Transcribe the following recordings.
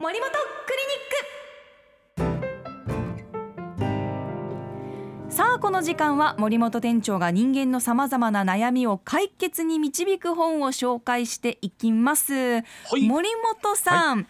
森本クリニックさあこの時間は森本店長が人間のさまざまな悩みを解決に導く本を紹介していきます、い森本さん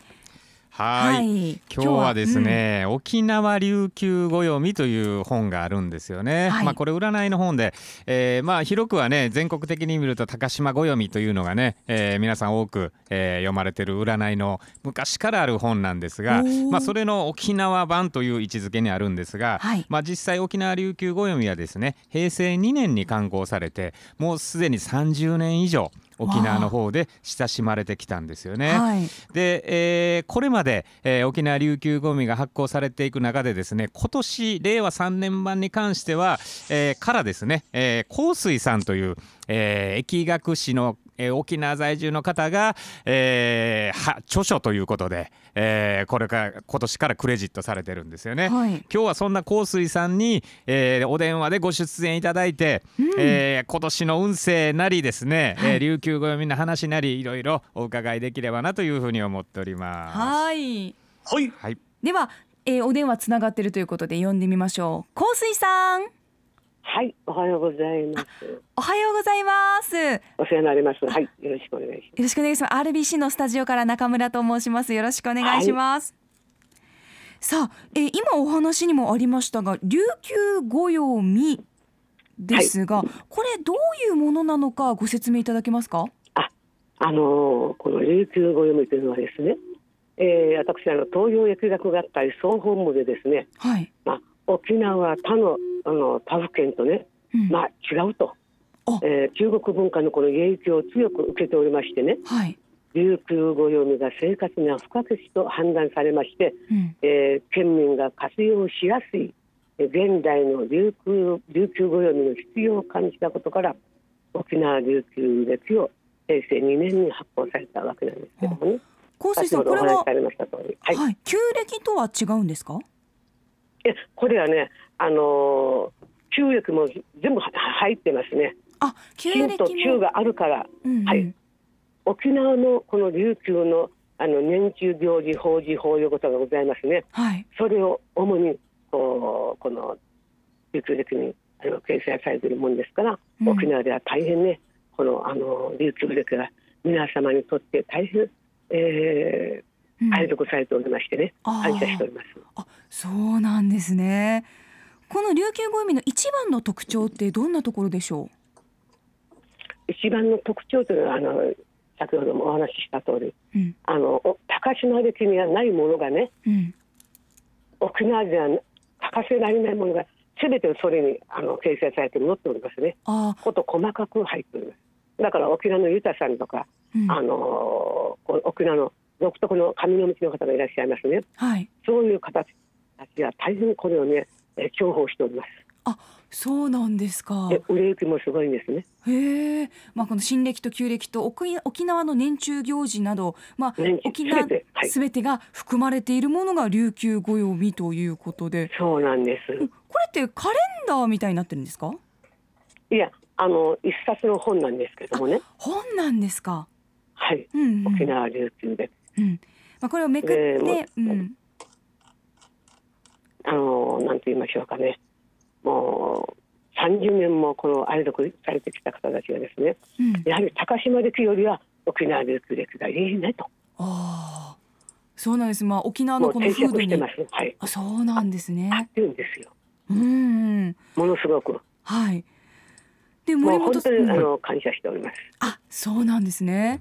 はいい今日はですね、沖縄琉球暦という本があるんですよね、はいまあこれ占いの本で、えーまあ広くはね全国的に見ると高島暦というのがね、えー皆さん多く、えー読まれてる占いの昔からある本なんですがおーまあそれの沖縄版という位置づけにあるんですが、はいまあ実際沖縄琉球暦はですね平成2年に刊行されてもうすでに30年以上沖縄の方で親しまれてきたんですようんね。はいで、えーこれまで、えー沖縄琉球ゴミが発行されていく中でですね今年令和3年版に関しては、えーからですね、えー、香水さんという、えー疫学士の、えー沖縄在住の方が、えーは著書ということで、えーこれから今年からクレジットされてるんですよね。はい今日はそんな香水さんに、えーお電話でご出演いただいて、えー今年の運勢なりですね、えー琉球語読みの話なりいろいろお伺いできればなというふうに思っております。はいはい、はい、では、えー、お電話つながってるということで読んでみましょう香水さんはい、おはようございます。おはようございますよお世話になります。はい、よろしくお願いしろしくお願いします RBC のスタジオから中村と申しますよろしくお願いします、さあ、えー、今お話にもありましたが琉球御用みですが、これどういうものなのかご説明いただけますかます。あ、あのーこの琉球語読みというのはですね、えー、私あの東洋薬学学会総本部でですね、はい、まあ沖縄他のあの他府県とね、うんまあ違うとあ。えー中国文化のこの影響を強く受けておりましてねはい、琉球語読みが生活には不可欠と判断されまして、うん、えー県民が活用しやすいえー現代の琉球琉球語読みの必要を感じたことから沖縄琉球歴を平成2年に発行されたわけなんですけどもね香水先さんほどこおれ話はしさ、れました通り、はいはい、旧暦とは違うんですかえこれはね、あのー旧暦も全部は入ってますねあ、旧暦旧もと旧があるからうんうんはい沖縄のこの琉球のあの年中行事法事法要事がございますね。はい、それを主にこうこの琉球歴にあの掲載されているもんですから、うん沖縄では大変ねこのあの琉球歴が皆様にとって大変、えうー、ん愛読されておりましてね、あー感謝しております。あ、そうなんですね。この琉球語読みの一番の特徴ってどんなところでしょ一番の特徴というのはあの先ほどもお話しした通りう。うん、あのお高島歴にはないものがねうん、沖縄では欠かせられないものが全てそれにあの掲載されて載っておりますね。あ、こと細かく入っております。だから沖縄のユタさんとかうん、あのこう沖縄の独特の紙の道の方がいらっしゃいますね。はい、そういう方たちは大変これをね、えー重宝しております。そうなんですか。で売れ行きもすごいんですね。へえ、まあこの新暦と旧暦と沖沖縄の年中行事など、まあ年中沖縄全てはいすべてが含まれているものが琉球語読みということで、そうなんでこす。れってカレンダーみたいになってるんですか？いや、あの一冊の本なんですけどもね。本なんですか？はい。うん、うん沖、縄琉球で、うん、まあこれをめくって、ねう、もうんあのなんて言いましょうかね。もう30年もこの愛読されてきた方たちがですね、うん。やはり高島歴よりは沖縄琉球歴がいいねと、ああ、そうなんです。まあ沖縄ものうこの定風着土してにま、す。はい。あ、そうなんです合っね。てるんですよ。うんうん、ものすごく。はい。でも森う本本さ当にあん、の感謝しております。あ、そうなんですね。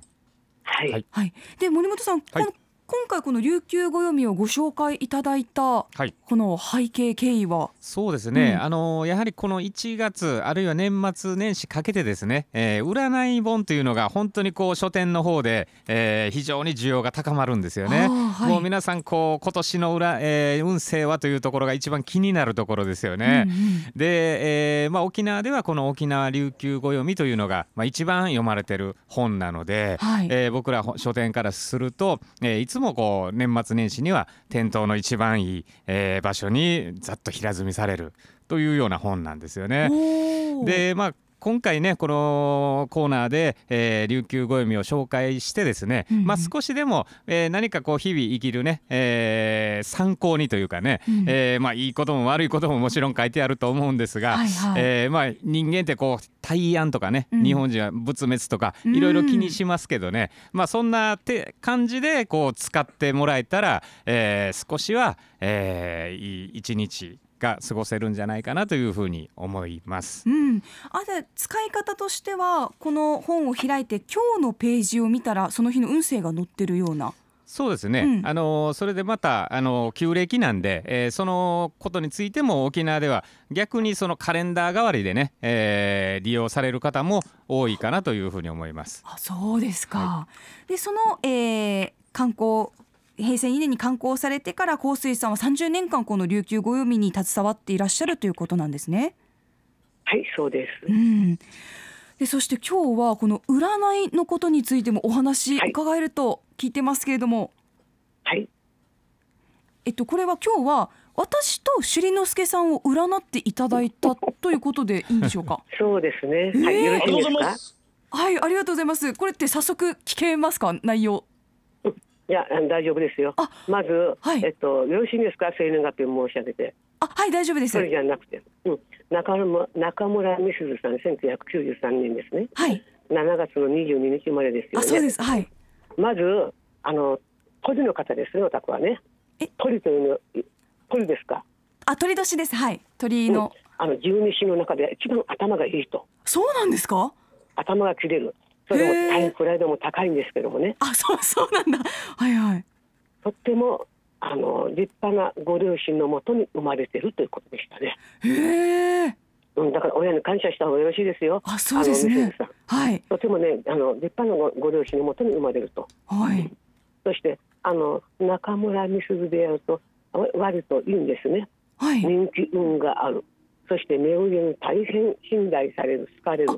はい。はいはい。で森本さん、この今回この琉球語読みをご紹介いただいたはいこの背景経緯は、そうですね、うんあのやはりこの1月あるいは年末年始かけてですね、えー占い本というのが本当にこう書店の方で、えー非常に需要が高まるんですよね。あーはいもう皆さんこう今年の裏、えー運勢はというところが一番気になるところですよね。うんうんで、えーまあ、沖縄ではこの沖縄琉球語読みというのが、まあ、一番読まれてる本なので、はいえー僕らほ書店からすると、えーいつもこう年末年始には店頭の一番いい、えー場所にざっと平積みされるというような本なんですよね。おーでまあ今回ねこのコーナーで、えー琉球暦を紹介してですね、うんうんまあ、少しでも、えー何かこう日々生きるね、えー参考にというかね、うんえーまあ、いいことも悪いことももちろん書いてあると思うんですが、はいはいえーまあ、人間ってこう大安とかね、うん日本人は仏滅とかうんいろいろ気にしますけどね、まあ、そんなて感じでこう使ってもらえたら、えー少しは、えーいい一日が過ごせるんじゃないかなというふうに思いまうす。ん、あで使い方としてはこの本を開いて今日のページを見たらその日の運勢が載ってるような。そうですね、うんあのそれでまた、あの旧暦なんで、えーそのことについても沖縄では逆にそのカレンダー代わりでね、えー利用される方も多いかなというふうに思います。あそうですか、でその、えー観光平成2年に観光されてから香水さんは30年間この琉球暦に携わっていらっしゃるということなんですね。はいそうですうん、でそして今日はこの占いのことについてもお話はい伺えると聞いてますけれども、はいえっと、これは今日は私と朱里之助さんを占っていただいたということでいいんでしょう かそうですね、はねえい、よろしいですかはいありがとうございますこれって早速聞けますか内容いやあの大丈夫ですよあまず、はいえっとよろしいですか生年月日を申し上げてあはい大丈夫ですそれはじゃなくて、うん、中村中村美鈴さん1993年ですねい7月の22日生まれですよあねそうですはいまずあの鳥の方ですねお宅はねえ鳥というのい鳥ですかあ鳥年ですはい鳥の、あの十二支の中で一番頭がいい人そうなんですか頭が切れるそれもへー大変プライドも高いんですけどもねあそうそうなんだはいはいとってもあの立派なご両親のもとに生まれてるということでしたね、へえうん、だから親に感謝した方がよろしいですよあそうですねあのミセスさんはいとてもねあの立派なごご両親のもとに生まれるとはいそしてあの中村美鈴でやるとわ割といいんですねはい人気運があるそして目上に大変信頼される好かれるあ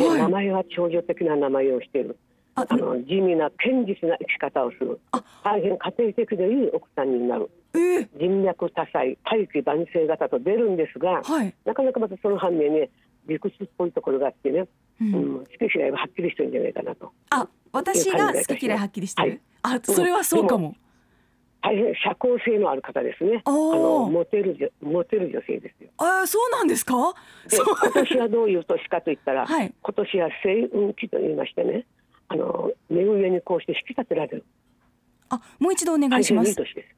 ではい名前は長女的な名前をしているああの地味な堅実な生き方をするあ大変家庭的でいい奥さんになるえー、人脈多彩大器晩成型と出るんですがはい、なかなかまたその反面ね理屈っぽいところがあってね、う、うんん、好き嫌いははっきりしてるんじゃないかなとあ私が好き嫌いはっきりしてる、あそれはそうかも大変社交性のある方ですねああーのモテる女モテる女性ですよあーそうなんですかでそう今年はどういう年かといったら、はい今年は星雲期と言いましてねあの目上にこうして引き立てられるあもう一度お願大いし変まいいす年です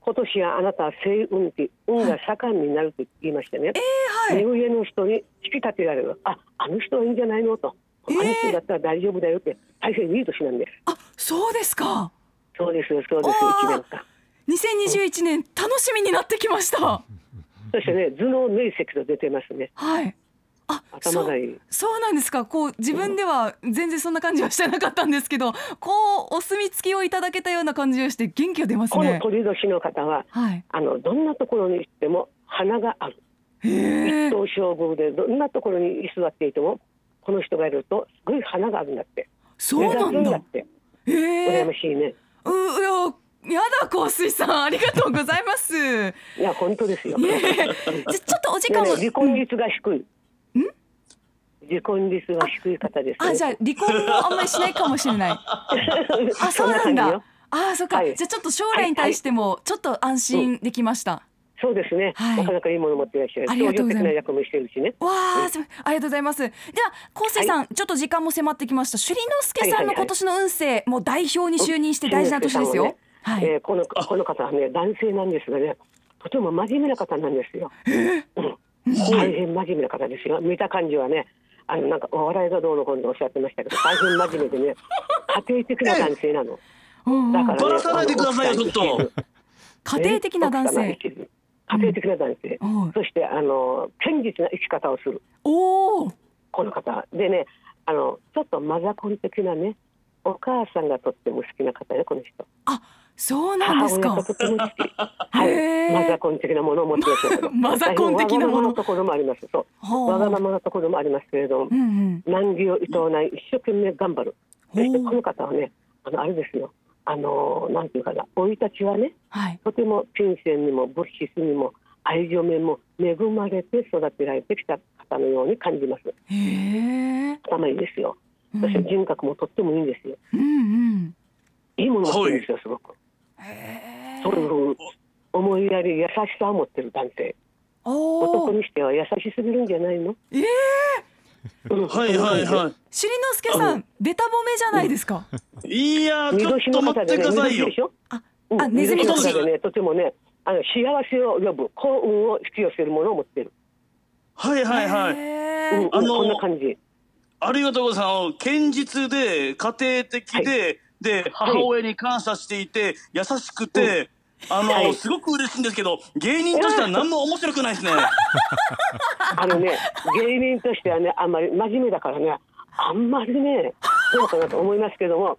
今年はあなたは星雲期運が盛んになると言いましてね、えーはい目上の人に引き立てられるああの人はいいんじゃないのと、えーあの人だったら大丈夫だよって大変いい年なんですあそうですかそうですそうですあー1年間2021年楽しみになってきましたそしてね頭脳明晰と出てますねはいあ頭そがういいそうなんですかこう自分では全然そんな感じはしてなかったんですけどこうお墨付きをいただけたような感じがして元気が出ますこのね鳥年の方ははいあのどんなところに行っても花があるへえ東照宮でどんなところに居座っていてもこの人がいるとすごい花があるんだってそうな目ん立つんだだってへ羨えましいねういややだ香水さんありがとうございますねいや本当ですよ、えね じゃちょっとお時ね間を離婚率が低い離婚率が低い方です、ね、あじゃあ離婚もあんまりしないかもし れない。あそうそなんんな感じだよ。あそっか、はいじゃあちょっと将来に対してもちょっと安心できました。そうですね、はいなかなかいいもの持っていらっしゃるありがとうございます長女的な役もしてるしねわあ、すごいありがとうございます。では、昴生さん、ちょっと時間も迫ってきました。朱里之助さんはのいはいはい今年の運勢、もう代表に就任して大事な年ですよ。ははいい。えーこのこの方はね男性なんですがねとても真面目な方なんですよ、うん大変真面目な方ですよ見た感じはねあのなんかお笑いがどうのこうのとおっしゃって ましたけど大変真面目でね家庭的な男性なのうんうんだからね取らさないでくださいよあのちょっと家庭的な男ね性。奥様一途家庭的うんな男性、はいそしてあの堅実な生き方をするおお。この方でねあのちょっとマザコン的なねお母さんがとっても好きな方ねこの人あ、そうなん母です親かが。とても好きへーはいマザコン的なものを持ってらっしゃるマザコン的なもの大変わがままなところもありますそほううわがままなところもありますけれどもうんうん。難儀をいとわない一生懸命頑張るそしてほうこの方はねあのあれですよあのなんていうかな生い立ちはねはい。とても金銭にも物質にも愛情面も恵まれて育てられてきた方かのように感じますへえ。甘いですようそしてん人格もとってもいいんですようんいいものを持ってるんですよすごくうん。へえそういう思いやり優しさを持ってる男性お男お。にしては優しすぎるんじゃないのええ。うんはいはいはしりのすけさん、ベタ褒めじゃないですか。い。いやー、見ちょっ年との待方っでてくね、ださ見い年よで。しょあ、うんあ、ネズミ見年年。の方でね、とてもね、あの幸せを呼ぶ幸運を引き寄せるものを持ってる。はいはいはい。うんい。うんあのーこんな感じ。ありがとうございます。堅実で、家庭的で、で、はい母親に感謝していて、優しくて、あの、はいすごく嬉しいんですけど、芸人としては何も面白くないですね。あのね、芸人としてはね、あんまり真面目だからね、あんまりね、どうかなと思いますけども、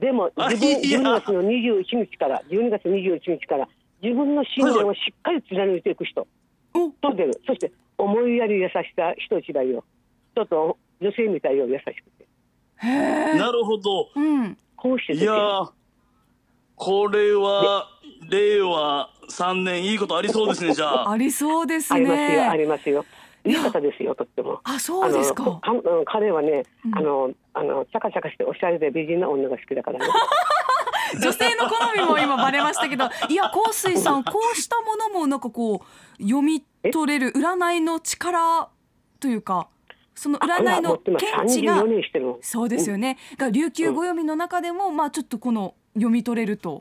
でもあ自分、いや12月の21日から、12月21日から、自分の信念をしっかり貫いていく人、おと出る。そして、思いやり優しさ、人一倍よ。ちょっと女性みたいよ、優しくて。へえ。 なるほど。うん。こうして出いてやるー、これは、令和3年、いいことありそうですね、じゃあ。ありそうですありますよ、あね。りますよ。いい方ですよ、とっても。あ、そうですか。あのかうん彼はね、うんあの、あの、シャカシャカしておしゃれで美人な女が好きだからね。女性の好みも今バレましたけ ど、いや、香水さん、こうしたものもなんかこう、読み取れる占いの力というか、その占いの見三地十が四、年してるの。そうですよね、が琉球暦の中でも、まあちょっとこの読み取れると、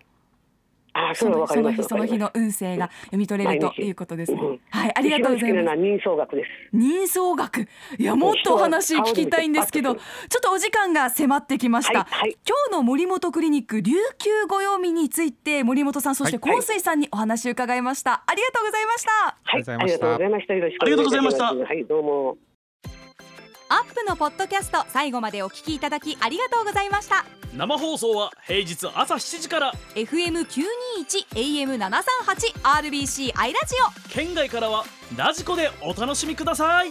ああ、そそれはのわかそりのます。日その日わかの運勢が読み取れるということですね毎日うん。はい、ありりまがす。とうござい一番好きまなのすは。人相学です。人相学いやもっとお話聞きたいんですけどちょっとお時間が迫ってきました、はいはい今日の森本クリニック琉球ご用味について森本さんそしてはい香水さんにお話を伺いましたありがとうございましたはい、あありりががととうござうございいました。よろしくありがとうございましたはい、どうも。アップのポッドキャスト最後までお聞きいただきありがとうございました 生放送は平日朝7時から FM921 AM738 RBC アイラジオ県外からはラジコでお楽しみください